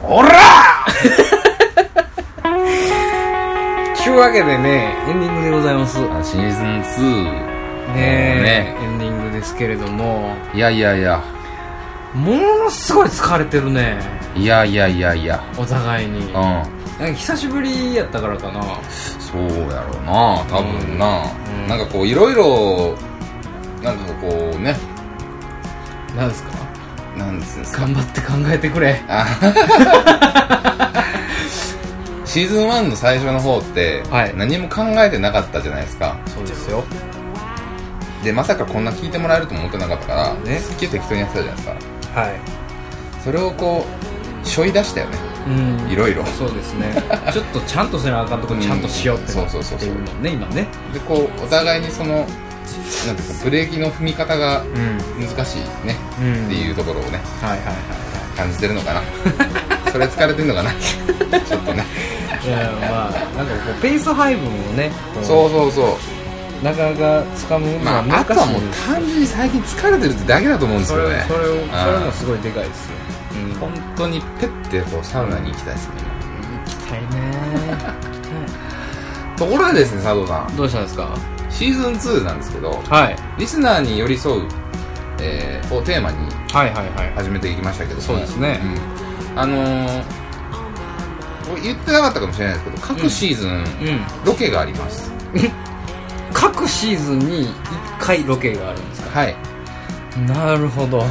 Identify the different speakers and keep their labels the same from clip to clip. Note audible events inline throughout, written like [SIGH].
Speaker 1: [LAUGHS] わけでねエンディングでございますね
Speaker 2: あシーズン
Speaker 1: え
Speaker 2: 2ね
Speaker 1: エンディングですけれども
Speaker 2: いやいやいや
Speaker 1: ものすごい疲れてるね
Speaker 2: いやいやいやいや
Speaker 1: お互いに
Speaker 2: う
Speaker 1: なんんか久しぶりやったからかな
Speaker 2: そうやろうな多分な、
Speaker 1: うん
Speaker 2: なんかこういろいろなんかこうね
Speaker 1: なんですか
Speaker 2: なんですか
Speaker 1: 頑張って考えてくれ
Speaker 2: シーズン1の最初の方って、
Speaker 1: はい
Speaker 2: 何も考えてなかったじゃないですか
Speaker 1: そうですよ
Speaker 2: でまさかこんな聞いてもらえると思ってなかったから、
Speaker 1: ね
Speaker 2: すっげえ適当にやってたじゃないです
Speaker 1: はい
Speaker 2: かそれをこうしょい出したよね
Speaker 1: うん
Speaker 2: いろいろ
Speaker 1: そうですねちょっとちゃんとせなあかんとこちゃんとしようってな
Speaker 2: うんそうそうそう
Speaker 1: って
Speaker 2: そう
Speaker 1: るもんね今ね
Speaker 2: でこうお互いにそのなんていうかブレーキの踏み方が
Speaker 1: うん
Speaker 2: 難しいね、
Speaker 1: うん
Speaker 2: っていうところをね
Speaker 1: はいはいは
Speaker 2: 感じてるのかな [LAUGHS] それ疲れてんのかな [LAUGHS] ちょっとね
Speaker 1: いはいいやまあなんかこうペース配分をねこ
Speaker 2: そうそうそう
Speaker 1: なかなかつかむの
Speaker 2: ま
Speaker 1: は
Speaker 2: あ、
Speaker 1: 難
Speaker 2: あ
Speaker 1: しい
Speaker 2: とはもう単純に最近疲れてるってだけだと思うんです
Speaker 1: そ
Speaker 2: よ
Speaker 1: れ
Speaker 2: ね
Speaker 1: それを
Speaker 2: あー
Speaker 1: それもすごいでかいですよ、うん、行
Speaker 2: 本当にペッてこうサウナに行きたいですね
Speaker 1: きたいね
Speaker 2: ところがですね佐藤さん
Speaker 1: どうしたんですか
Speaker 2: シーズン2なんですけど
Speaker 1: はい
Speaker 2: リスナーに寄り添う、えーをテーマに
Speaker 1: はいはいはい
Speaker 2: 始めていきましたけども
Speaker 1: そうですね
Speaker 2: うんあのーこれ言ってなかったかもしれないですけど各シーズン、
Speaker 1: うん
Speaker 2: ロケがあります
Speaker 1: 各シーズンに1回ロケがあるんですか
Speaker 2: はい
Speaker 1: なるほど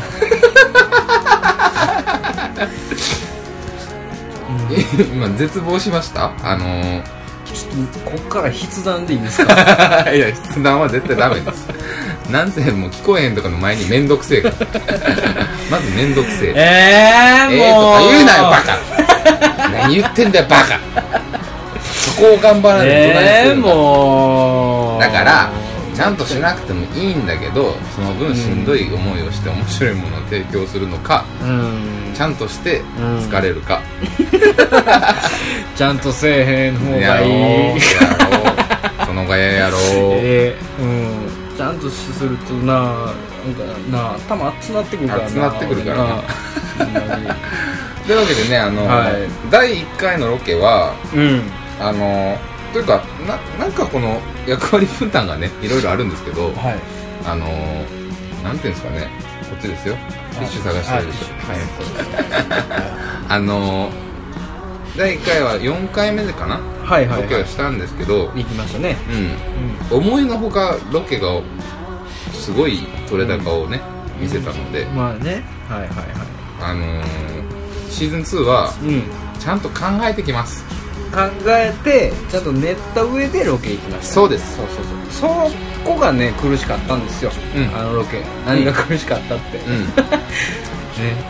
Speaker 2: え今絶望しましたあのー
Speaker 1: こっから筆談でいいですか
Speaker 2: [LAUGHS] いや、筆談は絶対ダメです。なんせもう聞こえへんとかの前にめんどくせえから。 [LAUGHS] まずめんどくせえ。え
Speaker 1: [LAUGHS] え
Speaker 2: えとか言うなよ、バカ何言ってんだよ、バカそこを頑張らないと隣にするんだ
Speaker 1: も
Speaker 2: だから、ちゃんとしなくてもいいんだけど、その分しんどい思いをして面白いものを提供するのか、
Speaker 1: うん
Speaker 2: ちゃんとして疲れるか。
Speaker 1: ちゃんとせえへん方
Speaker 2: や
Speaker 1: が
Speaker 2: ろう、や
Speaker 1: い
Speaker 2: ろ、
Speaker 1: いう
Speaker 2: そのがええやろう。
Speaker 1: [LAUGHS] えーうんちゃんとするとななんかな頭熱なってくるからな
Speaker 2: 熱なってくるからな
Speaker 1: 俺
Speaker 2: [LAUGHS]
Speaker 1: なほんま
Speaker 2: というわけでね、あの、
Speaker 1: はい
Speaker 2: 第1回のロケは、
Speaker 1: にうん
Speaker 2: あのというかななんかこの役割分担がねいろいろあるんですけど
Speaker 1: はい
Speaker 2: あのなんていうんですかねこっちですよティッシュ探してるでしょ [LAUGHS] あの第1回は4回目でかな
Speaker 1: はいはい
Speaker 2: ロケ
Speaker 1: は
Speaker 2: をしたんですけど、
Speaker 1: い行きましたね
Speaker 2: うん、思いのほかロケがすごい取れ高をね、見せたので、
Speaker 1: まあねはいはいは
Speaker 2: あのシーズン2はい
Speaker 1: うん
Speaker 2: ちゃんと考えてきます
Speaker 1: 考えてちゃんと練った上でロケ行きましたね
Speaker 2: そうです
Speaker 1: そうそうそうそこがね苦しかったんですよ
Speaker 2: うん
Speaker 1: あのロケ何が苦しかったって
Speaker 2: うん
Speaker 1: ね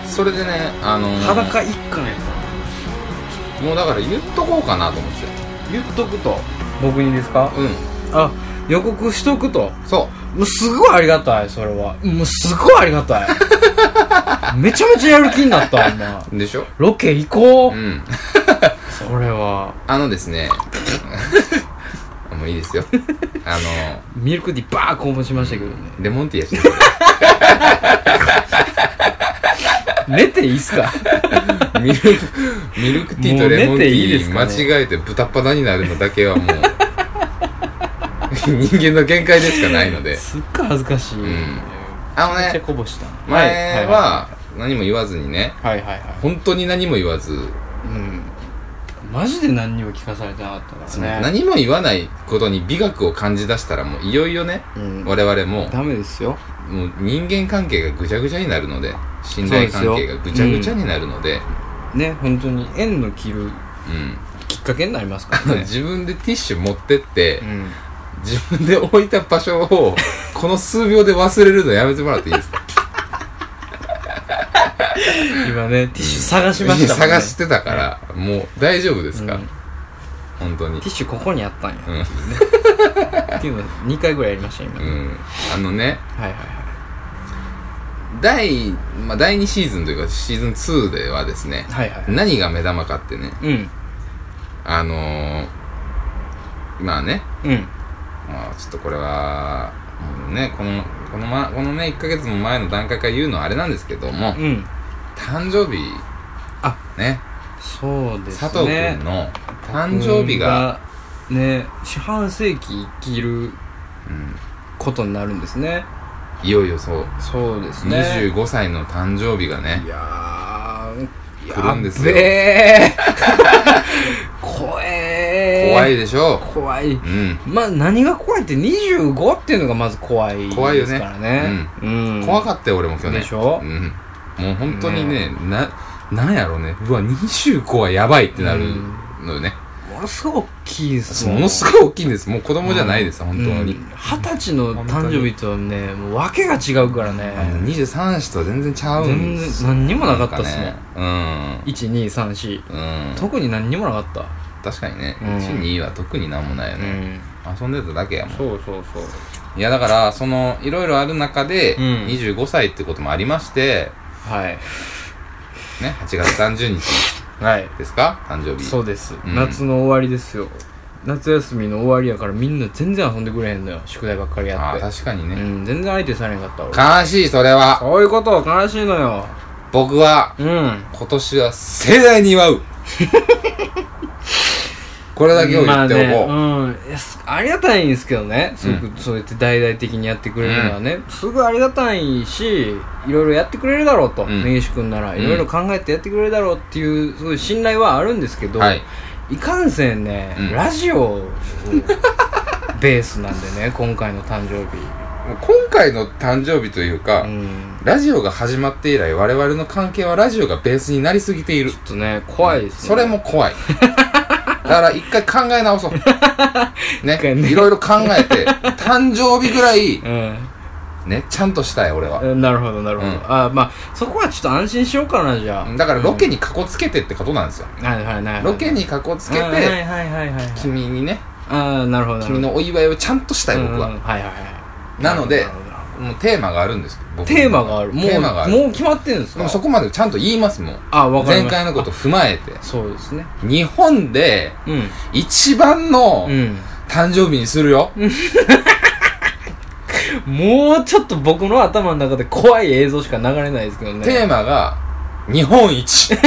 Speaker 2: それでねあ [LAUGHS] の
Speaker 1: 裸一貫やっ
Speaker 2: もうだから言っとこうかなと思って
Speaker 1: た言っとくと僕にですか
Speaker 2: うん
Speaker 1: あ予告しとくと
Speaker 2: そう
Speaker 1: もうすごいありがたいそれはもうすごいありが [LAUGHS] たいめちゃめちゃやる気になった今
Speaker 2: でしょ
Speaker 1: ロケ行こう、
Speaker 2: うん。 [LAUGHS]
Speaker 1: それは
Speaker 2: あのですね、 [LAUGHS] もういいですよ。あ
Speaker 1: ミルクティーバー興奮しましたけどね
Speaker 2: の、レモンティーやしなく
Speaker 1: 寝ていいっすか
Speaker 2: てミルク、
Speaker 1: [LAUGHS]
Speaker 2: ミルクティーとレモンティー間違えて豚っ鼻になるのだけはもう、 [LAUGHS] 人間の限界でしかないので。
Speaker 1: すっごい恥ずかしい、
Speaker 2: うん
Speaker 1: め
Speaker 2: あの
Speaker 1: っちゃ
Speaker 2: ね、
Speaker 1: こぼした
Speaker 2: 前は何も言わずにね、
Speaker 1: はいはいはい、
Speaker 2: 本当に何も言わず、
Speaker 1: うんマジで何にも聞かされてなかった
Speaker 2: そ
Speaker 1: か
Speaker 2: の
Speaker 1: らね
Speaker 2: 何も言わないことに美学を感じ出したらもういよいよね、
Speaker 1: うん
Speaker 2: 我々も、
Speaker 1: ダメですよ
Speaker 2: もう人間関係がぐちゃぐちゃになるので、信頼関係がぐちゃぐちゃになるので、
Speaker 1: ね本当に縁の切る
Speaker 2: うん。
Speaker 1: きっかけになりますからね
Speaker 2: 自分でティッシュ持ってって、
Speaker 1: うん
Speaker 2: 自分で置いた場所を、この数秒で忘れるのやめてもらっていいですか
Speaker 1: 今ねティッシュ探 [LAUGHS] しましたもんね
Speaker 2: 探してたから、もう大丈夫ですか、
Speaker 1: うん
Speaker 2: 本当に
Speaker 1: ティ。ッシュここにあったんや、
Speaker 2: うん
Speaker 1: っていうの2回ぐらいやりました今、
Speaker 2: う
Speaker 1: はい
Speaker 2: ん。あのね、
Speaker 1: はいは
Speaker 2: 第、まあ、第2シーズンというか、シーズン2ではですね、
Speaker 1: いはいはい
Speaker 2: 何が目玉かってね、
Speaker 1: うん
Speaker 2: あのー、まあね、
Speaker 1: うん
Speaker 2: まあちょっとこれは、もうね、この、このま、このね、1ヶ月も前の段階から言うのはあれなんですけども、
Speaker 1: うん
Speaker 2: 誕生日、
Speaker 1: あ
Speaker 2: ね、
Speaker 1: そうです
Speaker 2: 佐藤
Speaker 1: ね
Speaker 2: 君の誕生日が
Speaker 1: ね四半世紀生きることになるんですね
Speaker 2: いよいよそう
Speaker 1: そうですね
Speaker 2: 25歳の誕生日がね
Speaker 1: いやー
Speaker 2: 来るんですよ
Speaker 1: やっべえ [LAUGHS] 怖え
Speaker 2: 怖いでしょ
Speaker 1: 怖いう
Speaker 2: うん
Speaker 1: まあ何が怖いって25っていうのがまず怖いです
Speaker 2: 怖いよね
Speaker 1: からねうん
Speaker 2: 怖
Speaker 1: い
Speaker 2: かったよ俺も去年
Speaker 1: でしょ
Speaker 2: うんもう本当にねななんやろうねうわ25はやばいってなるのよね
Speaker 1: ものすごい大きいです
Speaker 2: ものす
Speaker 1: い
Speaker 2: ごい大きいんですもう子供じゃないです本当に
Speaker 1: 二十歳の誕生日とねもう訳が違うから
Speaker 2: あの
Speaker 1: ね
Speaker 2: 23歳とは全然ちゃうん
Speaker 1: 全
Speaker 2: で
Speaker 1: 然
Speaker 2: す
Speaker 1: 何にもなかったっすもん
Speaker 2: なんかね
Speaker 1: 1234
Speaker 2: うんうん
Speaker 1: 特に何にもなかっ
Speaker 2: 確かにね
Speaker 1: うん
Speaker 2: 12は特になんもないよ
Speaker 1: た
Speaker 2: ね遊んでただけやもん
Speaker 1: そうそうそう
Speaker 2: いやだからそのいろいろある中で
Speaker 1: うん
Speaker 2: 25歳ってこともありまして
Speaker 1: はい
Speaker 2: ね8月30日
Speaker 1: はい
Speaker 2: ですか誕生日
Speaker 1: そうです、
Speaker 2: うん
Speaker 1: 夏の終わりですよ夏休みの終わりやからみんな全然遊んでくれへんのよ宿題ばっかりや
Speaker 2: あ
Speaker 1: っ
Speaker 2: あ
Speaker 1: て
Speaker 2: 確かに
Speaker 1: う
Speaker 2: ね
Speaker 1: ん全然相手されへんかった俺
Speaker 2: 悲しいそれは
Speaker 1: そういうこと悲しいのよ
Speaker 2: 僕は
Speaker 1: うん
Speaker 2: 今年は盛大に
Speaker 1: [LAUGHS]
Speaker 2: 祝うこれだけを言っておこう、
Speaker 1: まあねうんいやすありがたいんですけどねすごくそうやって大々的にやってくれるのはね、すごいありがたいしいろいろやってくれるだろうと
Speaker 2: うん
Speaker 1: 根岸、君なら
Speaker 2: うん
Speaker 1: いろいろ考えてやってくれるだろうっていうすごい信頼はあるんですけど、
Speaker 2: はい
Speaker 1: いかんせんね、
Speaker 2: うん
Speaker 1: ラジオをベースなんで
Speaker 2: [LAUGHS]
Speaker 1: ね今回の誕生日、
Speaker 2: もう今回の誕生日というか、
Speaker 1: うん、
Speaker 2: ラジオが始まって以来我々の関係はラジオがベースになりすぎている
Speaker 1: ちょっとね怖いですね
Speaker 2: それ
Speaker 1: [LAUGHS]
Speaker 2: も怖いだから一回考え直そうね
Speaker 1: 回ね
Speaker 2: いろいろ考えて
Speaker 1: [LAUGHS]
Speaker 2: 誕生日ぐらい
Speaker 1: うん
Speaker 2: ねちゃんとしたい俺は
Speaker 1: うんなるほどなるほど、
Speaker 2: うん
Speaker 1: あまあそこはちょっと安心しようかなじゃあ
Speaker 2: だからロケにかこつけてってことなんですよ
Speaker 1: はいはいはいはい
Speaker 2: ロケにかこつけ
Speaker 1: はいは
Speaker 2: て
Speaker 1: いはいはいはい
Speaker 2: 君にね
Speaker 1: ああなるほどなるほ
Speaker 2: 君
Speaker 1: ど
Speaker 2: のお祝いをちゃんとしたい僕
Speaker 1: うんう
Speaker 2: は
Speaker 1: んはいはいはい
Speaker 2: なので
Speaker 1: るほどなるほ
Speaker 2: もうテーマがあるんです僕
Speaker 1: どテーマがあるも
Speaker 2: テーマがあ
Speaker 1: う
Speaker 2: る
Speaker 1: もう決まってるんです
Speaker 2: でも
Speaker 1: か
Speaker 2: そこまでちゃんと言いますもん
Speaker 1: あわかり
Speaker 2: 前
Speaker 1: ました
Speaker 2: 回のこと踏まえて
Speaker 1: そうですね
Speaker 2: 日本で
Speaker 1: うん
Speaker 2: 一番の
Speaker 1: うん
Speaker 2: 誕生日にするよ、
Speaker 1: もうちょっと僕の頭の中で怖い映像しか流れないですけどね
Speaker 2: テーマが日本一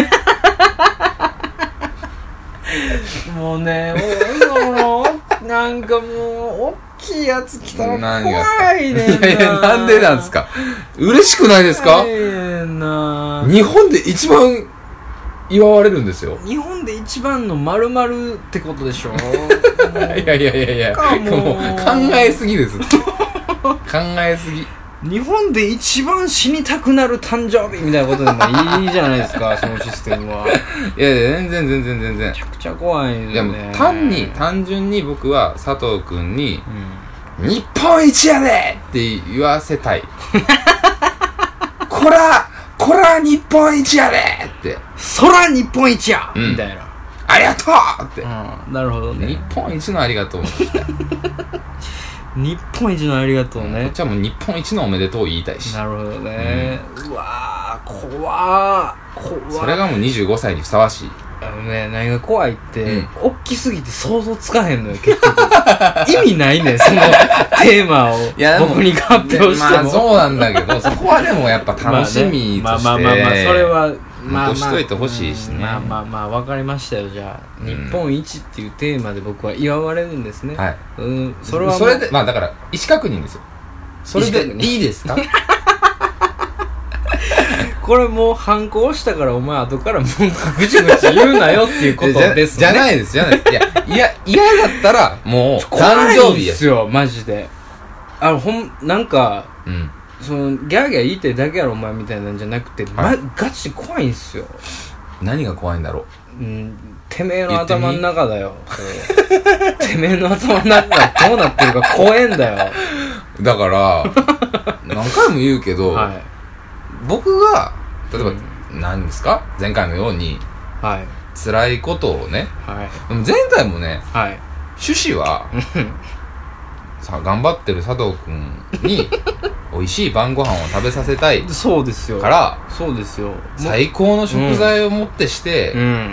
Speaker 1: もうねおそのなんかもう大きいやつ来たら
Speaker 2: 何が
Speaker 1: 怖いねん
Speaker 2: [LAUGHS] いやいやなんでなんです
Speaker 1: か
Speaker 2: か嬉しくないですか
Speaker 1: 怖いねんな
Speaker 2: 日本で一番祝われるんですよ
Speaker 1: 日本で一番のまるってことでし
Speaker 2: [LAUGHS]
Speaker 1: ょ
Speaker 2: いやいやいやい
Speaker 1: か
Speaker 2: や
Speaker 1: も
Speaker 2: もう考えすぎです考えすぎ
Speaker 1: 日本で一番死にたくなる誕生日みたいなことでもいいじゃないですかそのシステム [LAUGHS] はい
Speaker 2: やいや全然全然全然
Speaker 1: めちゃくちゃ怖いよね
Speaker 2: いやもう単に単純に僕は佐藤君に
Speaker 1: う
Speaker 2: 「日本一やで!」って言わせ
Speaker 1: [LAUGHS]
Speaker 2: たいこらこら日本一やでって
Speaker 1: ん空日本一や、
Speaker 2: うん
Speaker 1: みたいな、
Speaker 2: ありがとうって、
Speaker 1: うん、なるほど
Speaker 2: 日
Speaker 1: ね
Speaker 2: 本一のありがとうを言いたい
Speaker 1: 日本一のありがとう
Speaker 2: こっ
Speaker 1: ね、
Speaker 2: ちはもう日本一のおめでとうを言いたいし
Speaker 1: なるほどね、うわー怖ー怖ー
Speaker 2: それがもう25歳にふさわしい
Speaker 1: あのね何が怖いって、
Speaker 2: うん
Speaker 1: 大きすぎて想像つかへんのよ結局意味ないねんそのテーマを
Speaker 2: いやでも
Speaker 1: 僕に発表しても、
Speaker 2: まあそうなんだけど [LAUGHS] そこはでもやっぱ楽しみとして
Speaker 1: まあねまあまあまあまあそれはまあまあ
Speaker 2: 残しといてほしいし
Speaker 1: う
Speaker 2: ね
Speaker 1: んまあまあまあわかりましたよじゃあ、
Speaker 2: うん
Speaker 1: 日本一っていうテーマで僕は祝われるんですね、
Speaker 2: はい
Speaker 1: うんそ
Speaker 2: そ
Speaker 1: れ
Speaker 2: れ
Speaker 1: はもう
Speaker 2: でまあだから意思確認ですよそれ
Speaker 1: 意思
Speaker 2: で
Speaker 1: 確認
Speaker 2: いいですか
Speaker 1: これもう反抗したからお前後からもうぐちぐち言うなよっていうこ
Speaker 2: え
Speaker 1: と
Speaker 2: [LAUGHS] じゃ [LAUGHS]
Speaker 1: です
Speaker 2: じゃ
Speaker 1: ね
Speaker 2: ないですじゃないですいやいや嫌だったらもう
Speaker 1: 怖
Speaker 2: 誕生
Speaker 1: い
Speaker 2: 日
Speaker 1: で
Speaker 2: や
Speaker 1: すよマジであのほんなんか
Speaker 2: うん
Speaker 1: そのギャーギャー言いてるだけやろお前みたいなんじゃなくて、ま
Speaker 2: はい
Speaker 1: ガチで怖いんすよ、
Speaker 2: 何が怖いんだろう
Speaker 1: うん、てめえの頭の中だよそれてめえの頭の中がどうなってるか怖えんだよ
Speaker 2: だから [LAUGHS] 何回も言うけど、
Speaker 1: はい
Speaker 2: 僕が例えば、
Speaker 1: う
Speaker 2: 何ですか前回のように
Speaker 1: はい
Speaker 2: 辛いことをね
Speaker 1: はい
Speaker 2: でも前回もね
Speaker 1: はい
Speaker 2: 趣旨はさ頑張ってる佐藤君に美味しい晩ご飯を食べさせたい
Speaker 1: そうですよ
Speaker 2: から
Speaker 1: そうですよも
Speaker 2: 最高の食材を持ってして、
Speaker 1: うん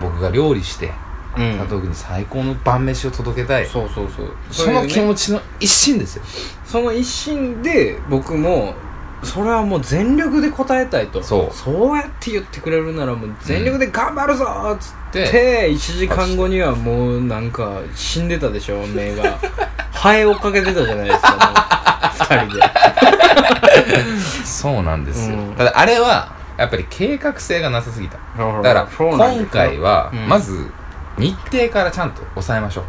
Speaker 2: 僕が料理して、
Speaker 1: うん
Speaker 2: 佐藤君に最高の晩飯を届けたい
Speaker 1: そうそうそう
Speaker 2: その気
Speaker 1: そういうね
Speaker 2: 持ちの一心ですよ
Speaker 1: その一心で僕もそれはもう全力で答えたいと
Speaker 2: そう
Speaker 1: やって言ってくれるならもう全力で頑張るぞっつって、1時間後にはもうなんか死んでたで
Speaker 2: [LAUGHS]
Speaker 1: しょ目がハエをかけてたじゃないですか2人で
Speaker 2: そうなんですよ、
Speaker 1: うん
Speaker 2: ただあれはやっぱり計画性がなさすぎただ
Speaker 1: だ
Speaker 2: から今回は
Speaker 1: うん
Speaker 2: まず日程からちゃんと抑えましょ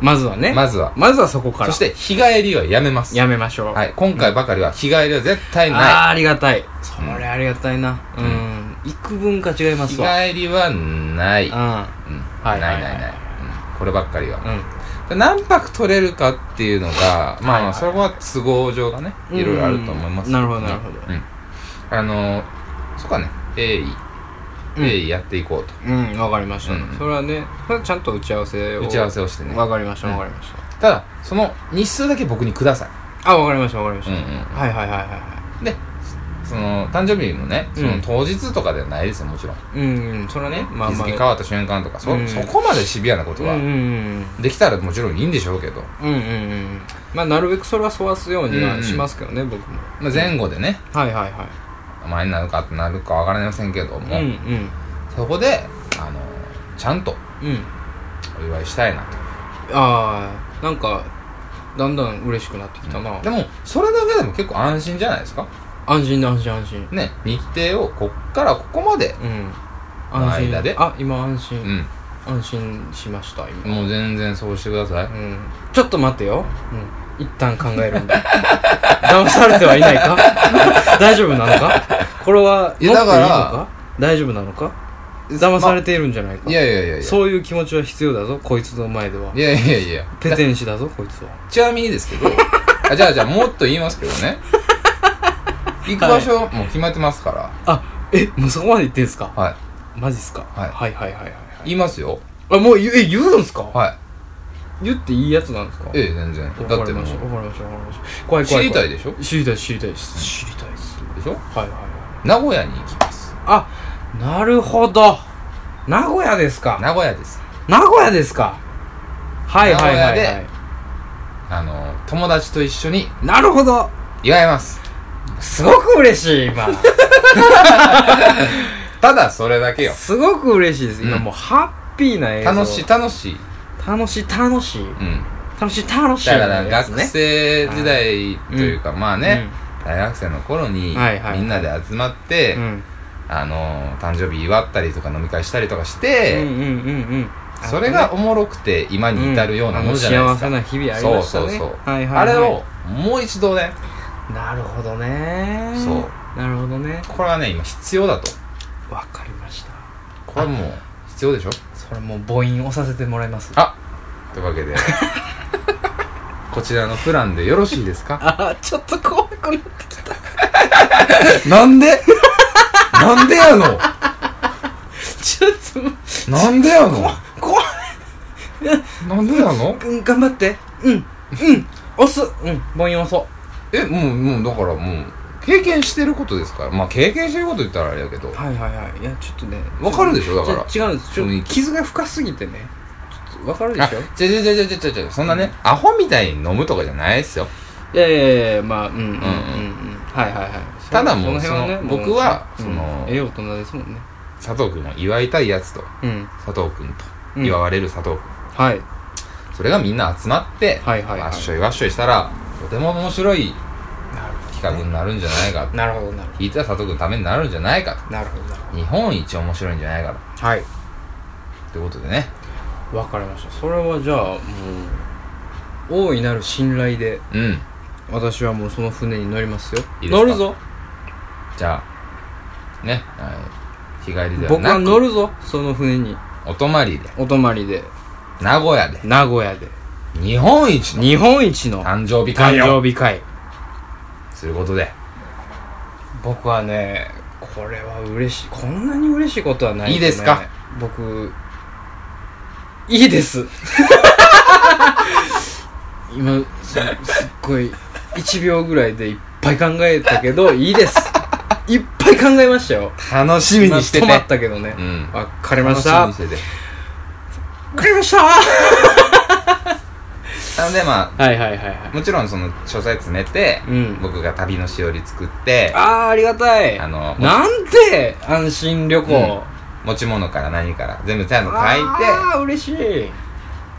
Speaker 2: う、
Speaker 1: まずはね
Speaker 2: まずは
Speaker 1: まずはそこから
Speaker 2: そして日帰りはやめます
Speaker 1: やめましょう
Speaker 2: はい、今回ばかりは日帰りは絶対
Speaker 1: あ
Speaker 2: な
Speaker 1: あありがたいそれありがたいなうん、幾分か違いま
Speaker 2: い日
Speaker 1: すわ
Speaker 2: 帰りはない、
Speaker 1: うん
Speaker 2: う
Speaker 1: は
Speaker 2: ん
Speaker 1: は
Speaker 2: な
Speaker 1: は
Speaker 2: いいない
Speaker 1: はい
Speaker 2: いない、うん、こればっかりは、
Speaker 1: うん
Speaker 2: で何泊取れるかっていうのが、まあ
Speaker 1: はいはい
Speaker 2: それは都合上がねいろいろあると思います
Speaker 1: うんなるほどなるほど
Speaker 2: うんあのそこはね鋭意
Speaker 1: うん
Speaker 2: 鋭意やっていこうと、
Speaker 1: うんわかりました、
Speaker 2: うん
Speaker 1: それはねそれはちゃんと打ち合わせを
Speaker 2: 打ち合わせをしてね
Speaker 1: わかりました
Speaker 2: うん
Speaker 1: わかりました、
Speaker 2: ただその日数だけ僕にくださ
Speaker 1: あわかりましたわかりま
Speaker 2: い、
Speaker 1: した、はいはいはいはい
Speaker 2: でその誕生日もねそ
Speaker 1: うん
Speaker 2: の当日とかではないですよもちろん、
Speaker 1: うんうんそれはねまあ
Speaker 2: 日
Speaker 1: まあ
Speaker 2: 付変わった瞬間とかそ,、
Speaker 1: うん
Speaker 2: そこまでシビアなことは、
Speaker 1: うんうん
Speaker 2: できたらもちろんいいんでしょうけど、
Speaker 1: うんうんうんうんうんまあなるべくそれは沿わすように
Speaker 2: うんう
Speaker 1: は
Speaker 2: ん
Speaker 1: しますけどね、僕も
Speaker 2: まあ、前後でね
Speaker 1: はいはいはい
Speaker 2: 前になるかってなるかわからませんけども、
Speaker 1: うん
Speaker 2: そこであのちゃんと
Speaker 1: うんうん
Speaker 2: お祝いしたいなと
Speaker 1: ああなんかだんだん嬉しくなってきたな、
Speaker 2: でもそれだけでも結構安心じゃないですか
Speaker 1: 安心だ安心安心
Speaker 2: ね日程をこっからここまで
Speaker 1: うん
Speaker 2: の間で
Speaker 1: あ今安心、
Speaker 2: うん
Speaker 1: 安心しました今
Speaker 2: もう全然そうしてください
Speaker 1: うんちょっと待ってよ、うん、一旦考える
Speaker 2: [LAUGHS]
Speaker 1: んだ騙されてはいないか大丈夫なのかこれは
Speaker 2: え
Speaker 1: 持っていいの
Speaker 2: だから
Speaker 1: か大丈夫なのか騙されているんじゃないか、
Speaker 2: いやいやいやいや
Speaker 1: そういう気持ちは必要だぞこいつの前ではい
Speaker 2: やいやいや
Speaker 1: ペテン師だぞこいつは
Speaker 2: ちなみにですけどあじゃあじゃあもっと言いますけど
Speaker 1: [LAUGHS]
Speaker 2: ね行く場所もう決まってますから
Speaker 1: あえもうそこまで言ってんすか
Speaker 2: はい、
Speaker 1: マジっすか、
Speaker 2: はい
Speaker 1: はいはいはいはいはい
Speaker 2: 言いますよ
Speaker 1: あもう言うえ言うんすか、
Speaker 2: は
Speaker 1: 言っていいやつなんですか
Speaker 2: いええ全然だ
Speaker 1: わか
Speaker 2: っ
Speaker 1: り
Speaker 2: ても
Speaker 1: ました
Speaker 2: う
Speaker 1: わかりましたわかりました怖い
Speaker 2: 知
Speaker 1: 怖い
Speaker 2: り
Speaker 1: 怖
Speaker 2: た
Speaker 1: い
Speaker 2: いでしょ
Speaker 1: 知りたい知りたいです知りたいです
Speaker 2: でしょ
Speaker 1: はいはいはい
Speaker 2: 名古屋に行きます
Speaker 1: あなるほど名古屋ですか
Speaker 2: 名古屋です
Speaker 1: 名古屋ですかはいはいはい、
Speaker 2: 名
Speaker 1: は
Speaker 2: 古屋
Speaker 1: い、
Speaker 2: あの友達と一緒に
Speaker 1: なるほど
Speaker 2: 祝います
Speaker 1: すごく嬉しい今
Speaker 2: ただそれだけよ
Speaker 1: すごく嬉しいです今
Speaker 2: うん
Speaker 1: もうハッピーな映像
Speaker 2: 楽しい楽しい
Speaker 1: 楽しい楽しい
Speaker 2: うん
Speaker 1: 楽しい楽しい
Speaker 2: だから
Speaker 1: なやつ
Speaker 2: 学生時代というか、まあね、大学生の頃に
Speaker 1: はいはい
Speaker 2: みんなで集まって、
Speaker 1: うんうん
Speaker 2: あのー誕生日祝ったりとか飲み会したりとかして、
Speaker 1: うんうんうんうん
Speaker 2: それがおもろくて今に至るようなものじゃないですか、
Speaker 1: うんあの幸せな日々ありましたね
Speaker 2: そうそうそう、
Speaker 1: はいはいはい
Speaker 2: あれをもう一度ね
Speaker 1: なるほどね
Speaker 2: そう
Speaker 1: なるほどね
Speaker 2: これはね今必要だと
Speaker 1: わかりました
Speaker 2: これはもう必要でしょ
Speaker 1: それもう母音をさせてもらいます
Speaker 2: あというわけで [LAUGHS] こちらのプランでよろしいですか
Speaker 1: あちょっと怖くなってきた
Speaker 2: なんで [LAUGHS] なんで
Speaker 1: [LAUGHS]
Speaker 2: やの
Speaker 1: ちょっと
Speaker 2: なんでやの
Speaker 1: 怖い
Speaker 2: なんでやの
Speaker 1: うん頑張ってうんうん押すうん母音押そう
Speaker 2: えもうもうだからもう経験してることですからまあ経験してること言ったらあれやけど
Speaker 1: はいはいはいいやちょっとね
Speaker 2: わかるでしょだから
Speaker 1: ちょ違うんですちょ
Speaker 2: 雰囲気
Speaker 1: 傷が深すぎてねちょっとわかるで
Speaker 2: あ
Speaker 1: しょ
Speaker 2: じゃじゃじゃじゃじゃじゃそんなねアホみたいに飲むとかじゃないですよ
Speaker 1: いやいやいやいやまあうんうんうんうん
Speaker 2: ん
Speaker 1: はいはいはい
Speaker 2: ただもうその
Speaker 1: もう
Speaker 2: 僕は
Speaker 1: うん
Speaker 2: その
Speaker 1: ええ大人ですもんね
Speaker 2: 佐藤君も祝いたいやつと
Speaker 1: うん
Speaker 2: 佐藤君
Speaker 1: う
Speaker 2: と
Speaker 1: ん
Speaker 2: 祝われる佐藤君、
Speaker 1: はい
Speaker 2: それがみんな集まって、
Speaker 1: はいはいはい
Speaker 2: わっしょいわっしょいしたらとても面白い企画になるんじゃないか
Speaker 1: なるほどなるほ
Speaker 2: 聞いたら佐藤君のためになるんじゃないか
Speaker 1: どなるほどなるほ
Speaker 2: と日本一面白いんじゃないか
Speaker 1: どはい
Speaker 2: とってことでね
Speaker 1: わかりましたそれはじゃあもう大いなる信頼で
Speaker 2: うん
Speaker 1: 私はもうその船に乗りますよ
Speaker 2: いいですか
Speaker 1: 乗るぞ
Speaker 2: じゃあね、はい、日帰りでは
Speaker 1: 僕
Speaker 2: な
Speaker 1: は
Speaker 2: く
Speaker 1: 乗るぞその船に
Speaker 2: お泊まりで
Speaker 1: お泊まりで
Speaker 2: 名古屋で
Speaker 1: 名古屋で
Speaker 2: 日本一の
Speaker 1: 日本一の
Speaker 2: 誕生日
Speaker 1: 誕
Speaker 2: 会を
Speaker 1: 生日会
Speaker 2: することで
Speaker 1: 僕はねこれは嬉しいこんなに嬉しいことはない、ね、
Speaker 2: いいですか
Speaker 1: 僕いいです [LAUGHS] 今すすっごい1秒ぐらいでいっぱい考えたけどいいですいっぱい考えましたよ
Speaker 2: 楽しみにしてて
Speaker 1: 今止まったけどね
Speaker 2: うん
Speaker 1: わ、かりま
Speaker 2: 楽
Speaker 1: し
Speaker 2: したみ
Speaker 1: わ
Speaker 2: にしてて
Speaker 1: かりました
Speaker 2: なのでまあ
Speaker 1: はいはいはいはい
Speaker 2: もちろんその書斎詰めて、
Speaker 1: うん
Speaker 2: 僕が旅のしおり作って
Speaker 1: ああーありがたい
Speaker 2: あの
Speaker 1: なんて安心旅行、
Speaker 2: うん持ち物から何から全部ちゃんと書い
Speaker 1: ああ嬉しい
Speaker 2: て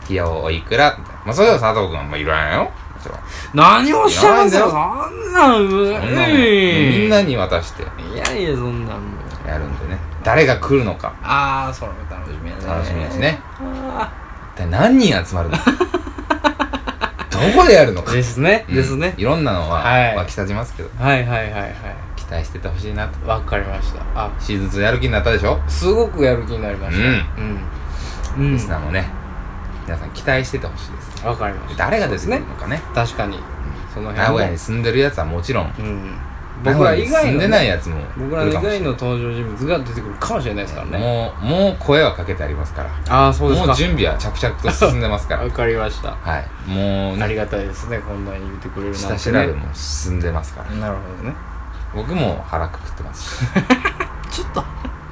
Speaker 2: 費用おいくらみたいなまあそれは佐藤君はもういらんよもちろん
Speaker 1: 何をおっしゃいますよ
Speaker 2: い
Speaker 1: そんなんう
Speaker 2: そ
Speaker 1: ん
Speaker 2: んなもんみんなに渡して
Speaker 1: いやいやそんなんもう
Speaker 2: やるんでね誰が来るのか
Speaker 1: ああそれも楽しみやね
Speaker 2: 楽しみですね
Speaker 1: あ
Speaker 2: 一体何人集
Speaker 1: [LAUGHS]
Speaker 2: まるのどこでやるの
Speaker 1: ー
Speaker 2: か
Speaker 1: ですね、
Speaker 2: うん
Speaker 1: ですね
Speaker 2: いろんなのは
Speaker 1: はい
Speaker 2: 湧き立ちますけど、
Speaker 1: はいはいはいは
Speaker 2: 期待しててほしいなと
Speaker 1: いわかりましたあ
Speaker 2: シーズン2やる気になったでしょ
Speaker 1: すごくやる気になりましたうんうん
Speaker 2: リスナーもね皆さん期待しててほしいです
Speaker 1: わかりました
Speaker 2: 誰が出てくるのかね
Speaker 1: 確かにその辺も
Speaker 2: 名古屋に住んでるやつはもちろん
Speaker 1: うん
Speaker 2: 名
Speaker 1: 僕
Speaker 2: 古
Speaker 1: ら
Speaker 2: 屋に
Speaker 1: 以外
Speaker 2: 住ん
Speaker 1: の
Speaker 2: で
Speaker 1: ね
Speaker 2: ないやつも
Speaker 1: 僕ら以
Speaker 2: 来るかもし
Speaker 1: 外
Speaker 2: れな
Speaker 1: の
Speaker 2: い
Speaker 1: 登場人物が出てくるかもしれないですからね
Speaker 2: もうもう声はかけてありますから
Speaker 1: ああそうです
Speaker 2: も
Speaker 1: か
Speaker 2: う準備は着々と進ん
Speaker 1: [LAUGHS]
Speaker 2: でますから
Speaker 1: わかりました
Speaker 2: はいもう
Speaker 1: あり
Speaker 2: ね
Speaker 1: がたいですねこんなに言ってくれるなんて
Speaker 2: 下
Speaker 1: ね
Speaker 2: 調べも進んでますから
Speaker 1: なるほどね
Speaker 2: 僕も腹くくってます
Speaker 1: [LAUGHS]
Speaker 2: し
Speaker 1: ちょっと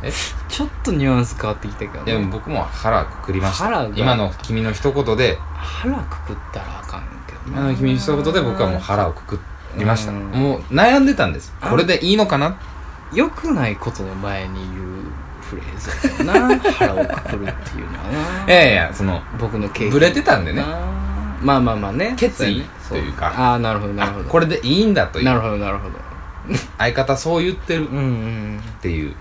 Speaker 2: え
Speaker 1: ちょっとニュアンス変わってきたけど
Speaker 2: でも
Speaker 1: ね
Speaker 2: 僕も腹くくりまし
Speaker 1: 腹
Speaker 2: た
Speaker 1: が
Speaker 2: 今の君の一言で
Speaker 1: 腹くくったらあかんけど
Speaker 2: 今の君の一言で僕はもう腹をくくりました
Speaker 1: うん
Speaker 2: もう悩んでたんですこれでいいのかな
Speaker 1: 良くないことの前に言うフレーズだよな腹をくくるっていうのはい
Speaker 2: [LAUGHS]
Speaker 1: な
Speaker 2: やいやその
Speaker 1: 僕の経験
Speaker 2: ブレてたんで
Speaker 1: て
Speaker 2: ね
Speaker 1: まあまあまあね
Speaker 2: 決意
Speaker 1: そね
Speaker 2: というか
Speaker 1: そああなるほどなる
Speaker 2: あ
Speaker 1: ほど
Speaker 2: これでいいんだとい
Speaker 1: なる
Speaker 2: う
Speaker 1: ほどなるほど
Speaker 2: 相方そう言ってる
Speaker 1: うんうん
Speaker 2: っていう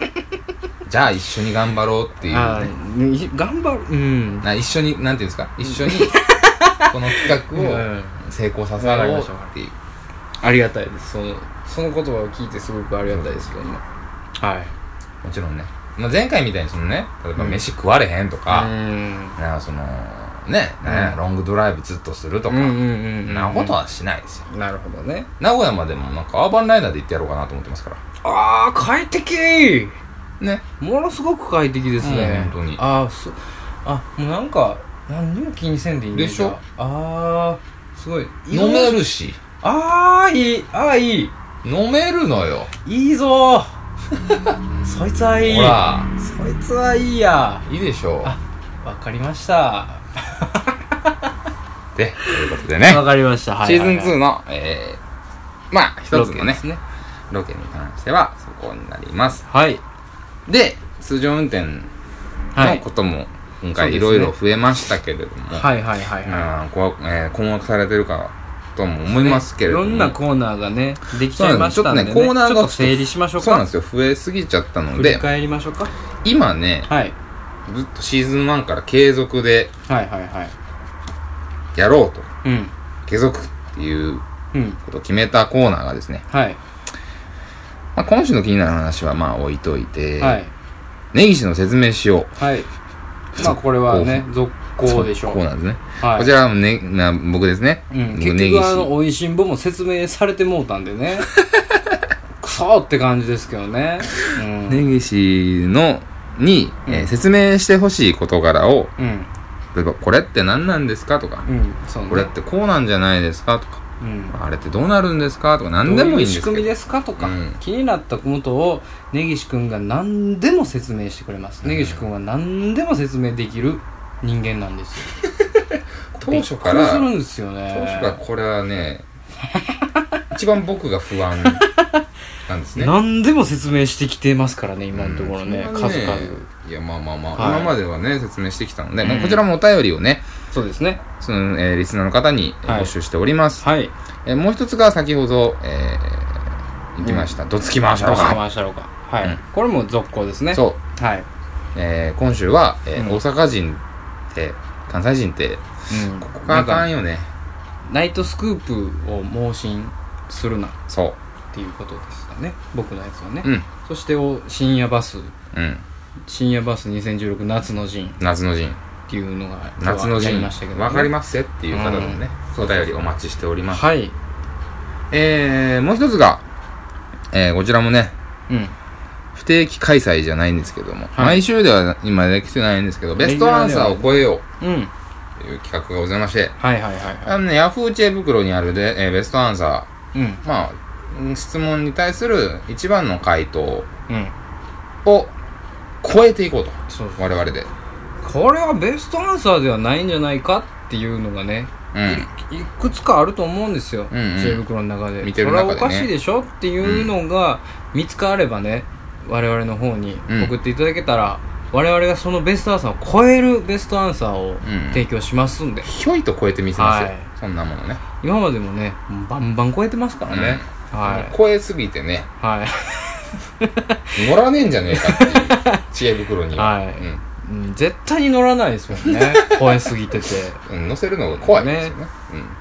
Speaker 1: [LAUGHS]
Speaker 2: じゃあ一緒に頑張ろうっていう
Speaker 1: あ
Speaker 2: ね
Speaker 1: ーい頑張るうん
Speaker 2: な一緒になんていうんですか一
Speaker 1: [LAUGHS]
Speaker 2: 緒にこの企画を成功させようっていう
Speaker 1: ありがたいですそのその言葉を聞いてすごくありがたいですけどもはい
Speaker 2: もちろんね、まあ、前回みたいにそのね例えば飯食われへんと
Speaker 1: う
Speaker 2: か、
Speaker 1: ん
Speaker 2: なんかそのねなんやロングドライブずっとするとか、
Speaker 1: うんうんうん
Speaker 2: なことはしないですよ
Speaker 1: なるほどね
Speaker 2: 名古屋までもなんかアーバンライナーで行ってやろうかなと思ってますから
Speaker 1: ああ快適
Speaker 2: ね
Speaker 1: ものすごく快適ですね、
Speaker 2: うん本当に
Speaker 1: ああすあもうなんか何にも気にせんでいいんだ
Speaker 2: でしょ
Speaker 1: ああすごい
Speaker 2: 飲めるし
Speaker 1: ああいいああいい
Speaker 2: 飲めるのよ
Speaker 1: いいぞーそいつはいい
Speaker 2: ほら
Speaker 1: そいつはいいや
Speaker 2: いいでしょう
Speaker 1: あわかりました
Speaker 2: でということでね
Speaker 1: わかりました、は
Speaker 2: シ
Speaker 1: い
Speaker 2: ー
Speaker 1: はいはい、
Speaker 2: ズン2の、えー、まあ一つの
Speaker 1: ロケで
Speaker 2: ね
Speaker 1: すね
Speaker 2: ロケに関してはそこになります
Speaker 1: はい
Speaker 2: で通常運転
Speaker 1: は
Speaker 2: の
Speaker 1: い
Speaker 2: ことも
Speaker 1: そ
Speaker 2: 今
Speaker 1: う
Speaker 2: 回
Speaker 1: で
Speaker 2: い
Speaker 1: すね
Speaker 2: ろいろ増えましたけれども、
Speaker 1: はいはいはいはい
Speaker 2: まあこわえー困惑されてるかとも思いますけれども、
Speaker 1: いろんなコーナーがねできちゃいましたんで、ね、
Speaker 2: そうなんですちょっとねコーナーが
Speaker 1: ちょっと整理しましょうか
Speaker 2: そうなんですよ増えすぎちゃったの
Speaker 1: 振り
Speaker 2: で
Speaker 1: 返りましょうか
Speaker 2: 今ね
Speaker 1: はい
Speaker 2: ずっとシーズン1から継続で
Speaker 1: はいはいはい
Speaker 2: やろうと
Speaker 1: うん
Speaker 2: 継続っていう
Speaker 1: うん
Speaker 2: ことを決めたコーナーがですね、
Speaker 1: はい、
Speaker 2: まあ、今週の気になる話はまあ置いといて、
Speaker 1: はい
Speaker 2: 根岸の説明しよう
Speaker 1: はいまあこれはね続行でしょ
Speaker 2: こうなんですね、
Speaker 1: はい
Speaker 2: こちらもね、な僕ですね、
Speaker 1: うん、結
Speaker 2: 僕根
Speaker 1: 局あの
Speaker 2: 岸
Speaker 1: 「おいしんぼ」も説明されてもうたんで
Speaker 2: [LAUGHS]
Speaker 1: ねくそーって感じですけどねうん、
Speaker 2: 根岸のに、えー
Speaker 1: うん
Speaker 2: 説明してほしい事柄を
Speaker 1: うん
Speaker 2: 例えば「これって何なんですか?」とか、
Speaker 1: うんそうね
Speaker 2: これってこうなんじゃないですか?」とか
Speaker 1: うん
Speaker 2: 「あれってどうなるんですか?」とか何でもいいんで
Speaker 1: どういう
Speaker 2: す
Speaker 1: 仕組
Speaker 2: け
Speaker 1: み
Speaker 2: ど
Speaker 1: ですかとか、
Speaker 2: うん
Speaker 1: 気になったことを根岸君が何でも説明してくれます、根岸君は何でも説明できる人間なんですよ
Speaker 2: 当初から
Speaker 1: びっくりする
Speaker 2: 当
Speaker 1: んですよね
Speaker 2: 初からこれはね一番僕が不安なんです
Speaker 1: [LAUGHS]
Speaker 2: ね。
Speaker 1: 何でも説明してきてますからね今のところね、
Speaker 2: うん
Speaker 1: 数々
Speaker 2: いやまあまあまあ、
Speaker 1: はい
Speaker 2: 今まではね説明してきたので、まあ
Speaker 1: うん
Speaker 2: こちらもお便りをね
Speaker 1: そうですね
Speaker 2: その、えーリスナーの方にえー
Speaker 1: はい
Speaker 2: 募集しております、
Speaker 1: はい
Speaker 2: えーもう一つが先ほど、えー、行きました、どつき回し
Speaker 1: 回
Speaker 2: たの
Speaker 1: し
Speaker 2: か
Speaker 1: ましょうかはい、
Speaker 2: うん
Speaker 1: これも続行ですね
Speaker 2: そう、
Speaker 1: はい、
Speaker 2: えー、今週は、えー
Speaker 1: うん
Speaker 2: 大阪人って関西人って
Speaker 1: うん、
Speaker 2: ここがあかんよね
Speaker 1: ナイトスクープを盲信するなっ
Speaker 2: そ
Speaker 1: ていうことでしたね僕のやつはね、
Speaker 2: ううん
Speaker 1: そしてお深夜バス
Speaker 2: うん
Speaker 1: 深夜バス2016夏の陣
Speaker 2: 夏の陣
Speaker 1: っていうのが今日
Speaker 2: 夏の
Speaker 1: はやり
Speaker 2: 陣
Speaker 1: ましたけど、
Speaker 2: わかり
Speaker 1: ま
Speaker 2: ますよっていう方のね、
Speaker 1: うん
Speaker 2: お便りお待ちしております
Speaker 1: はい、
Speaker 2: えー、もう一つが、えー、こちらもね
Speaker 1: うん、
Speaker 2: 不定期開催じゃないんですけども、
Speaker 1: はい
Speaker 2: 毎週では今できてないんですけどベストアンサーを超えよ
Speaker 1: うん、
Speaker 2: うという企画がございまして
Speaker 1: はいはいはいは
Speaker 2: あのねヤフー知恵袋にあるで、えーベストアンサー
Speaker 1: いうん
Speaker 2: まあ、うん質問に対する一番の回答
Speaker 1: うん
Speaker 2: を超えていこうと。
Speaker 1: そうそう
Speaker 2: 我々で。
Speaker 1: これはベストアンサーではないんじゃないかっていうのがね
Speaker 2: うん
Speaker 1: いくつかあると思うんですよ、
Speaker 2: うんうん
Speaker 1: 知恵袋の中で
Speaker 2: 見てる中でね
Speaker 1: それはおかしいでしょっていうのが見つかればね、我々の方に
Speaker 2: うん
Speaker 1: 送っていただけたら、我々がそのベストアンサーを超えるベストアンサーを提供しますんで、
Speaker 2: ひょいと超えてみせますよ、
Speaker 1: はい
Speaker 2: そんなものね
Speaker 1: 今までもねバンバン超えてますからね、はい
Speaker 2: 超えすぎてね
Speaker 1: はい
Speaker 2: 乗らねえんじゃねえかっていう知恵袋に
Speaker 1: [LAUGHS]
Speaker 2: は、
Speaker 1: はい
Speaker 2: うん
Speaker 1: うん絶対に乗らないですも
Speaker 2: [LAUGHS]
Speaker 1: んね超えすぎててっ
Speaker 2: うん、乗せるのが怖いですよね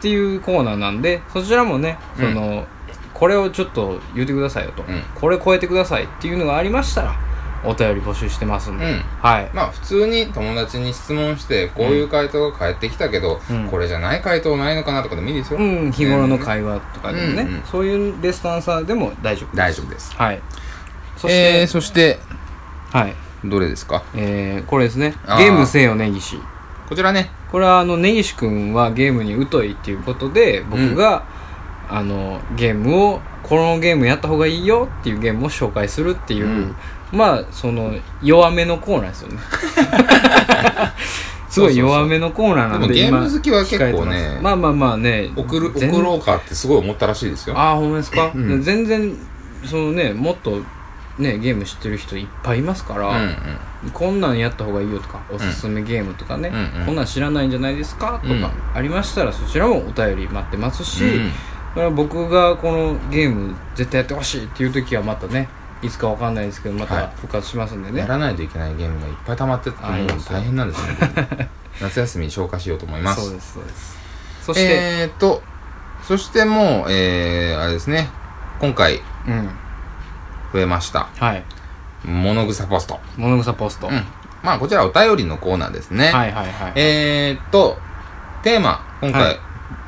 Speaker 1: ていうコーナーなんでそちらもねその、これをちょっと言ってくださいよと、
Speaker 2: うん
Speaker 1: これ超えてくださいっていうのがありましたらお便り募集してますんで、
Speaker 2: うん
Speaker 1: はい
Speaker 2: まあ普通に友達に質問してこういう回答が返ってきたけど、
Speaker 1: うん
Speaker 2: これじゃない回答ないのかなとかでもいいですよ、
Speaker 1: うん日頃の会話とかでもね、
Speaker 2: うんうん
Speaker 1: そういうベストアンサーでも大丈夫
Speaker 2: 大丈夫です
Speaker 1: はいそして、
Speaker 2: えー、そして
Speaker 1: はい
Speaker 2: どれですか
Speaker 1: えー、これですね
Speaker 2: あー
Speaker 1: ゲームせよ根岸
Speaker 2: こちらね
Speaker 1: これはあの根岸君はゲームに疎いっていうことで僕が、あのゲームをこのゲームやった方がいいよっていうゲームを紹介するっていう、
Speaker 2: うん
Speaker 1: まあその弱めのコーナーですよ
Speaker 2: [LAUGHS]
Speaker 1: ねすごい弱めのコーナーなんで
Speaker 2: でもゲーム好きは結
Speaker 1: 今
Speaker 2: 構ね
Speaker 1: 控えてますまあまあまあね
Speaker 2: 送る
Speaker 1: 全
Speaker 2: 送ろうかってすごい思ったらしいですよ
Speaker 1: ああほんまですか、
Speaker 2: うん
Speaker 1: 全然そのねもっとねゲーム知ってる人いっぱいいますか
Speaker 2: うんう
Speaker 1: ら、
Speaker 2: ん
Speaker 1: こんなんやった方がいいよとかおすすめゲームとかね、
Speaker 2: うんうん
Speaker 1: こんなん知らないんじゃないですかと
Speaker 2: うん
Speaker 1: かありましたらそちらもお便り待ってますし、
Speaker 2: うん
Speaker 1: だから僕がこのゲーム絶対やってほしいっていう時はまたねいつかわかんないですけどま
Speaker 2: は
Speaker 1: た
Speaker 2: い
Speaker 1: 復活しますんでね、
Speaker 2: やらないといけないゲームがいっぱい溜まっててもう
Speaker 1: ありますよ
Speaker 2: 大変な
Speaker 1: [LAUGHS]
Speaker 2: んですね夏休みに消化しようと思います
Speaker 1: そうですそうですそして、
Speaker 2: えー、とそしてもうえー、あれですね今回
Speaker 1: うん
Speaker 2: 増えました
Speaker 1: はい
Speaker 2: 物草ポスト
Speaker 1: 物草ポスト、
Speaker 2: うんまあこちらお便りのコーナーですね
Speaker 1: はいはいはい
Speaker 2: えー、っと、テーマ、今回、
Speaker 1: はい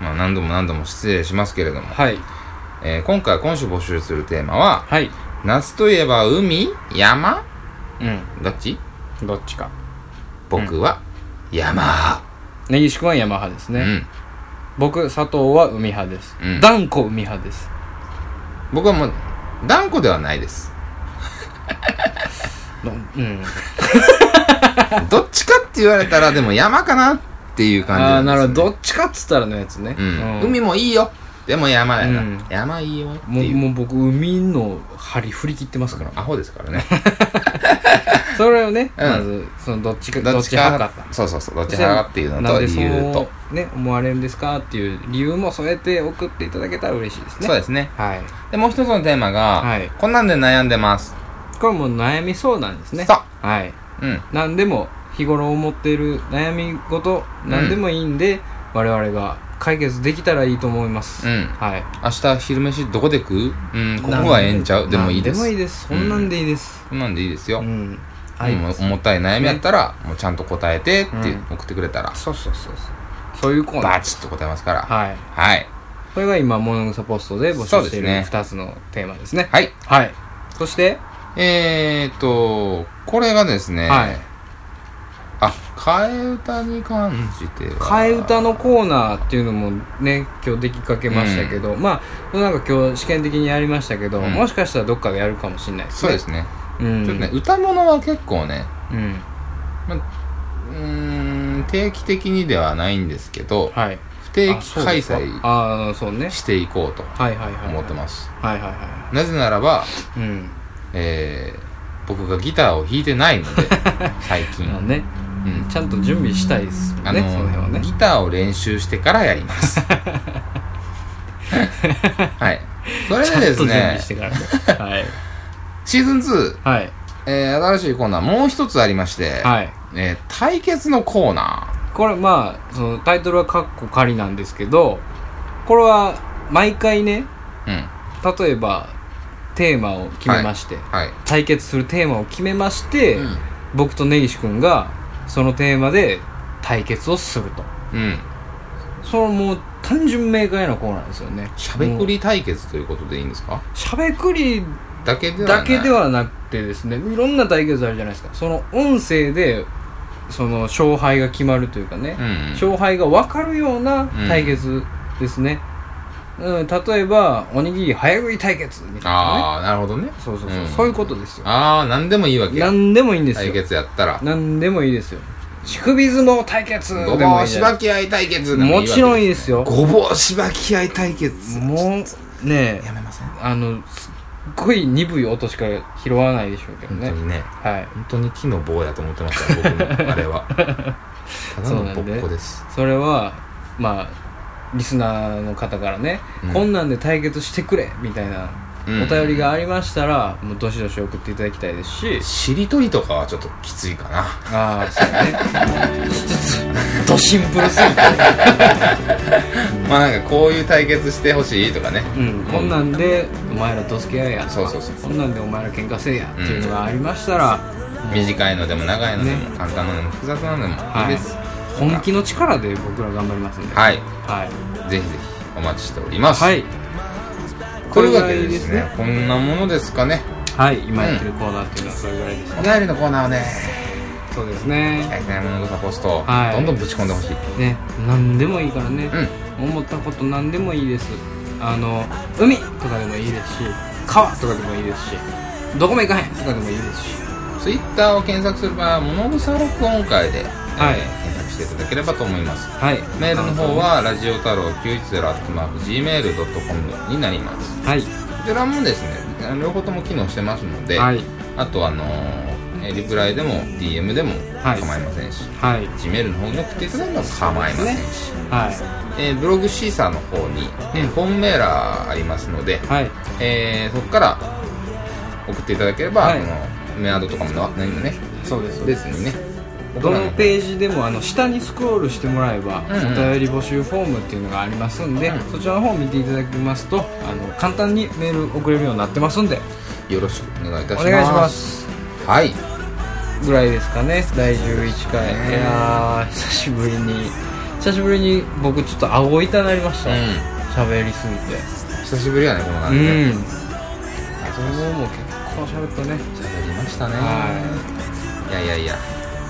Speaker 2: まあ何度も何度も失礼しますけれども、
Speaker 1: はい
Speaker 2: えー今回、今週募集するテーマは、
Speaker 1: はい
Speaker 2: 夏といえば海山
Speaker 1: う
Speaker 2: どっち
Speaker 1: んどっちか
Speaker 2: 僕は、山。
Speaker 1: 根岸君は山派です
Speaker 2: う
Speaker 1: ね、
Speaker 2: ん。
Speaker 1: 僕佐藤は海派です、
Speaker 2: うん
Speaker 1: 断固海派です
Speaker 2: 僕はもう、断固ではない
Speaker 1: [LAUGHS]
Speaker 2: です。
Speaker 1: のうん
Speaker 2: どっちかって言われたら、でも山かなっていう感じ
Speaker 1: ああー
Speaker 2: な
Speaker 1: なんる
Speaker 2: です、
Speaker 1: ほどど
Speaker 2: ね。
Speaker 1: っちかっつったらのやつね、
Speaker 2: うん。海もいいよ。でも山やな。
Speaker 1: うん
Speaker 2: 山いいよって
Speaker 1: もう
Speaker 2: いう。
Speaker 1: もう僕海の針振り切ってます
Speaker 2: そ
Speaker 1: から
Speaker 2: のアホですからね。
Speaker 1: それをね、
Speaker 2: うん
Speaker 1: まずそのどっちか
Speaker 2: ど
Speaker 1: ど
Speaker 2: っ
Speaker 1: っ
Speaker 2: ち
Speaker 1: ち派
Speaker 2: か
Speaker 1: かっ。
Speaker 2: そうそうそう。どったち派っていうの
Speaker 1: な
Speaker 2: と
Speaker 1: んでそ
Speaker 2: 言うと
Speaker 1: う。ね思われるんですかっていう理由も添えて送っていただけたら嬉しいですね
Speaker 2: そうですね。
Speaker 1: はい
Speaker 2: で、もう一つのテーマが、
Speaker 1: はい
Speaker 2: こんなんで悩んでます。
Speaker 1: これもう悩み相談ですね
Speaker 2: そう
Speaker 1: はい
Speaker 2: うん。
Speaker 1: 何でも日頃思っている悩み事何でもいいんで、我々が解決できたらいいと思います、
Speaker 2: うん
Speaker 1: はい
Speaker 2: 明日昼飯どこで食ううん、ここがええんちゃうでもいいです。
Speaker 1: 何でもいい
Speaker 2: で
Speaker 1: ですそんなんでいいです、
Speaker 2: こんなんでいいです
Speaker 1: う
Speaker 2: よ。
Speaker 1: ん
Speaker 2: は、
Speaker 1: はいい、
Speaker 2: 重たい悩みやったら、もうちゃんと答えてって
Speaker 1: うん
Speaker 2: 送ってくれたら、
Speaker 1: そうそうそうそうそういうコーナー
Speaker 2: バチッと答えますから。は
Speaker 1: は
Speaker 2: い。
Speaker 1: い
Speaker 2: はい。
Speaker 1: これが今物草ポストで募
Speaker 2: そう
Speaker 1: 集し
Speaker 2: です
Speaker 1: ている
Speaker 2: ね
Speaker 1: 2つのテーマですねはいそして
Speaker 2: えーっと、これがですね、
Speaker 1: はい
Speaker 2: あ、替え歌に関しては。
Speaker 1: 替え歌のコーナーっていうのもね今日できかけましたけど、まあなんか今日試験的にやりましたけど、
Speaker 2: うん
Speaker 1: もしかしたらどっかでやるかもしれないです
Speaker 2: そう
Speaker 1: ね
Speaker 2: ですね。
Speaker 1: う
Speaker 2: ち
Speaker 1: ん
Speaker 2: ょっとね、歌物は結構ね、
Speaker 1: うん
Speaker 2: うーん、定期的にではないんですけど、
Speaker 1: はい
Speaker 2: 不定
Speaker 1: あ
Speaker 2: 期
Speaker 1: そう
Speaker 2: 開
Speaker 1: ですか
Speaker 2: 催
Speaker 1: ああそうね
Speaker 2: していこうと
Speaker 1: はいはいはい
Speaker 2: 思ってます、
Speaker 1: はいはいは
Speaker 2: なぜならば、
Speaker 1: いうん
Speaker 2: えー僕がギターを弾いてないので
Speaker 1: [LAUGHS]
Speaker 2: 最近、
Speaker 1: まあね
Speaker 2: うん
Speaker 1: ちゃんと準備したいですもんね
Speaker 2: あの
Speaker 1: その辺はね
Speaker 2: ギターを練習してからやります
Speaker 1: [LAUGHS]
Speaker 2: はいそれでで
Speaker 1: ちゃんと
Speaker 2: す
Speaker 1: 準備
Speaker 2: ね
Speaker 1: してからはい
Speaker 2: シーズン2、
Speaker 1: はい
Speaker 2: えー新しいコーナーもう一つありまして、
Speaker 1: はい
Speaker 2: えー対決のコーナ
Speaker 1: これまあそのタイトルは「カッコ仮」なんですけどこれは毎回ね
Speaker 2: ーうん
Speaker 1: 例えばテーマを決めまして、
Speaker 2: はい
Speaker 1: 対決するテーマを決めまして、
Speaker 2: うん
Speaker 1: 僕と根岸君がそのテーマで対決をすると
Speaker 2: うん
Speaker 1: そのもう単純明快なコーナーですよね
Speaker 2: しゃべく
Speaker 1: も
Speaker 2: り対決ということでいいんですか
Speaker 1: うしゃべくり
Speaker 2: だけではない
Speaker 1: だけではなくてですねいろんな対決あるじゃないですかその音声でその勝敗が決まるというかね、
Speaker 2: うん
Speaker 1: 勝敗が分かるような対決ですね、うん例えばおにぎり早食い対決みたいなね
Speaker 2: ああなるほどね
Speaker 1: そうそうそう、
Speaker 2: ん
Speaker 1: そういうことですよ
Speaker 2: ああ何でもいいわけや
Speaker 1: 何でもいいんです
Speaker 2: 対
Speaker 1: よ
Speaker 2: 決やったら
Speaker 1: 何でもいいですよ乳首相撲対決で
Speaker 2: ごぼ
Speaker 1: もいういじ
Speaker 2: し
Speaker 1: ゃない
Speaker 2: ばき合い対決で
Speaker 1: も
Speaker 2: いいわけ
Speaker 1: ちろんいいですよ
Speaker 2: ごぼうしばき合い対決
Speaker 1: もうね
Speaker 2: やめません
Speaker 1: あのすっごい鈍い音しか拾わないでしょうけど
Speaker 2: 本当
Speaker 1: ね
Speaker 2: にね
Speaker 1: はい
Speaker 2: 本当に木の棒やと思ってました僕
Speaker 1: [LAUGHS]
Speaker 2: のあれはただ
Speaker 1: そ
Speaker 2: の
Speaker 1: うなん
Speaker 2: ぼ
Speaker 1: で
Speaker 2: っこです
Speaker 1: それはまあリスナーの方からね、
Speaker 2: うん
Speaker 1: こんなんで対決してくれみたいな
Speaker 2: うん
Speaker 1: お便りがありましたら、もうどしどし送っていただきたいですし
Speaker 2: しりとりとかはちょっときついかな
Speaker 1: ああそうねちょっとドシンプルすぎて、
Speaker 2: まあなんかこういう対決してほしいとかね
Speaker 1: うん、こんなんでお前らドスケややとか
Speaker 2: そうそうそう
Speaker 1: こんなんでお前ら喧嘩せえやっていうのがありましたら、
Speaker 2: 短いのでも長いのでも、
Speaker 1: ね
Speaker 2: 簡単なのでも複雑なのでもいいです
Speaker 1: 本気の力で僕ら頑張りますんでは
Speaker 2: はい、
Speaker 1: はい、
Speaker 2: ぜひぜひお待ちしております、
Speaker 1: はい
Speaker 2: というわけでですねこんなものですかね
Speaker 1: はい今やってるコーナーっていうのはそれぐらいです、
Speaker 2: お便りのコーナーをね
Speaker 1: そうですね
Speaker 2: 大事なもののサポスト、
Speaker 1: はい
Speaker 2: どんどんぶち込んでほしい
Speaker 1: ね何でもいいからね、
Speaker 2: うん
Speaker 1: 思ったこと何でもいいですあの海とかでもいいですし川とかでもいいですしどこも行かへんとかでもいいですし
Speaker 2: ツイッターを検索すれば「ものぐさ録音会で」
Speaker 1: はい
Speaker 2: えー検索していただければと思います
Speaker 1: はい
Speaker 2: メールの方はラジオ太郎 910-gmail.com になります
Speaker 1: はい
Speaker 2: こちらもですね両方とも機能してますので、
Speaker 1: はい
Speaker 2: あとあのーえーリプライでも DM でも
Speaker 1: はい
Speaker 2: 構いませんし、
Speaker 1: はい
Speaker 2: Gmail の方に送っていただいても構いませんし、
Speaker 1: は
Speaker 2: えーブログシーサーの方に、えーホームメーラーありますので
Speaker 1: い、はい
Speaker 2: えーそこから送っていただければ、
Speaker 1: はい
Speaker 2: このメアドとかもな何もね
Speaker 1: そうですそうで
Speaker 2: ですすね
Speaker 1: どの
Speaker 2: ー
Speaker 1: ページでもあの下にスクロールしてもらえば、
Speaker 2: うんうん
Speaker 1: お便り募集フォームっていうのがありますんで、
Speaker 2: うん
Speaker 1: そちらの方を見ていただきますとあの簡単にメール送れるようになってますんで
Speaker 2: よろしくお願いいた
Speaker 1: お
Speaker 2: します
Speaker 1: 願いします
Speaker 2: はい
Speaker 1: ぐらいですかね第11回
Speaker 2: ね
Speaker 1: いやー久しぶりに久しぶりに僕ちょっと顎痛なりました
Speaker 2: う
Speaker 1: 喋、りすぎて
Speaker 2: ん久しぶりやねこの
Speaker 1: う
Speaker 2: 感じね
Speaker 1: んそ
Speaker 2: あそう
Speaker 1: れ
Speaker 2: そう
Speaker 1: も結構喋ったね
Speaker 2: 喋りましたね
Speaker 1: はい
Speaker 2: やいやいや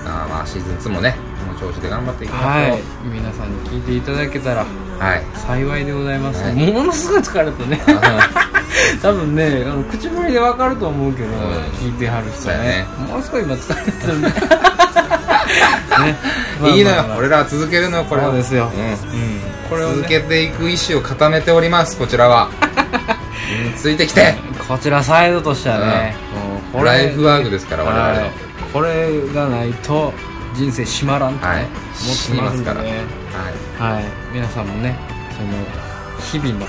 Speaker 2: あーまあシーズン2もねこの調子で頑張っていきましょう
Speaker 1: はい皆さんに聞いていただけたら
Speaker 2: はい
Speaker 1: [LAUGHS] 幸いでございます、
Speaker 2: はい
Speaker 1: ものすごい疲れたね
Speaker 2: あ
Speaker 1: [LAUGHS] 多分ねあの口ぶりで分かると思うけど、聞いてはる人
Speaker 2: そうや
Speaker 1: ね
Speaker 2: ね
Speaker 1: もうすごい今疲れてる [LAUGHS]
Speaker 2: [LAUGHS]
Speaker 1: ねねまあまあまあ
Speaker 2: のいいのよ俺らは続けるのよこれは
Speaker 1: そうですよ
Speaker 2: うん
Speaker 1: うんこれを、
Speaker 2: 続
Speaker 1: ね、
Speaker 2: けていく意思を固めておりますこち
Speaker 1: [LAUGHS]
Speaker 2: らはうんついてきて
Speaker 1: こちらサイドとしてはね、もうこれ
Speaker 2: ライフワークですから我々の
Speaker 1: はいこれがないと人生閉まらんとね、
Speaker 2: はい
Speaker 1: 思って
Speaker 2: 死にますから
Speaker 1: んでね
Speaker 2: はい
Speaker 1: はい皆さんもねその日々のなんか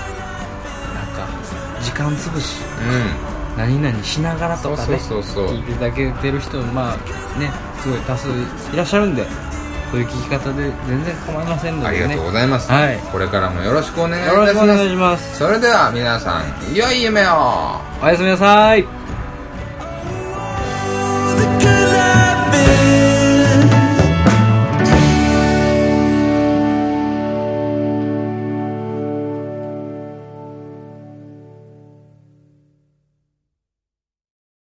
Speaker 1: 時間潰し
Speaker 2: う
Speaker 1: 何々しながらと
Speaker 2: ん
Speaker 1: かね
Speaker 2: そうそうそうそう
Speaker 1: 聞いていただけてる人もまあねすごい多数いらっしゃるんでそういう聞き方で全然構いませんの
Speaker 2: あ
Speaker 1: でね
Speaker 2: りがとうございます
Speaker 1: はい
Speaker 2: これからもよろしくお願いい
Speaker 1: よろ
Speaker 2: た
Speaker 1: しくお願い
Speaker 2: し
Speaker 1: し
Speaker 2: ま
Speaker 1: ます
Speaker 2: すそれでは皆さん良い夢を
Speaker 1: おやすみなさい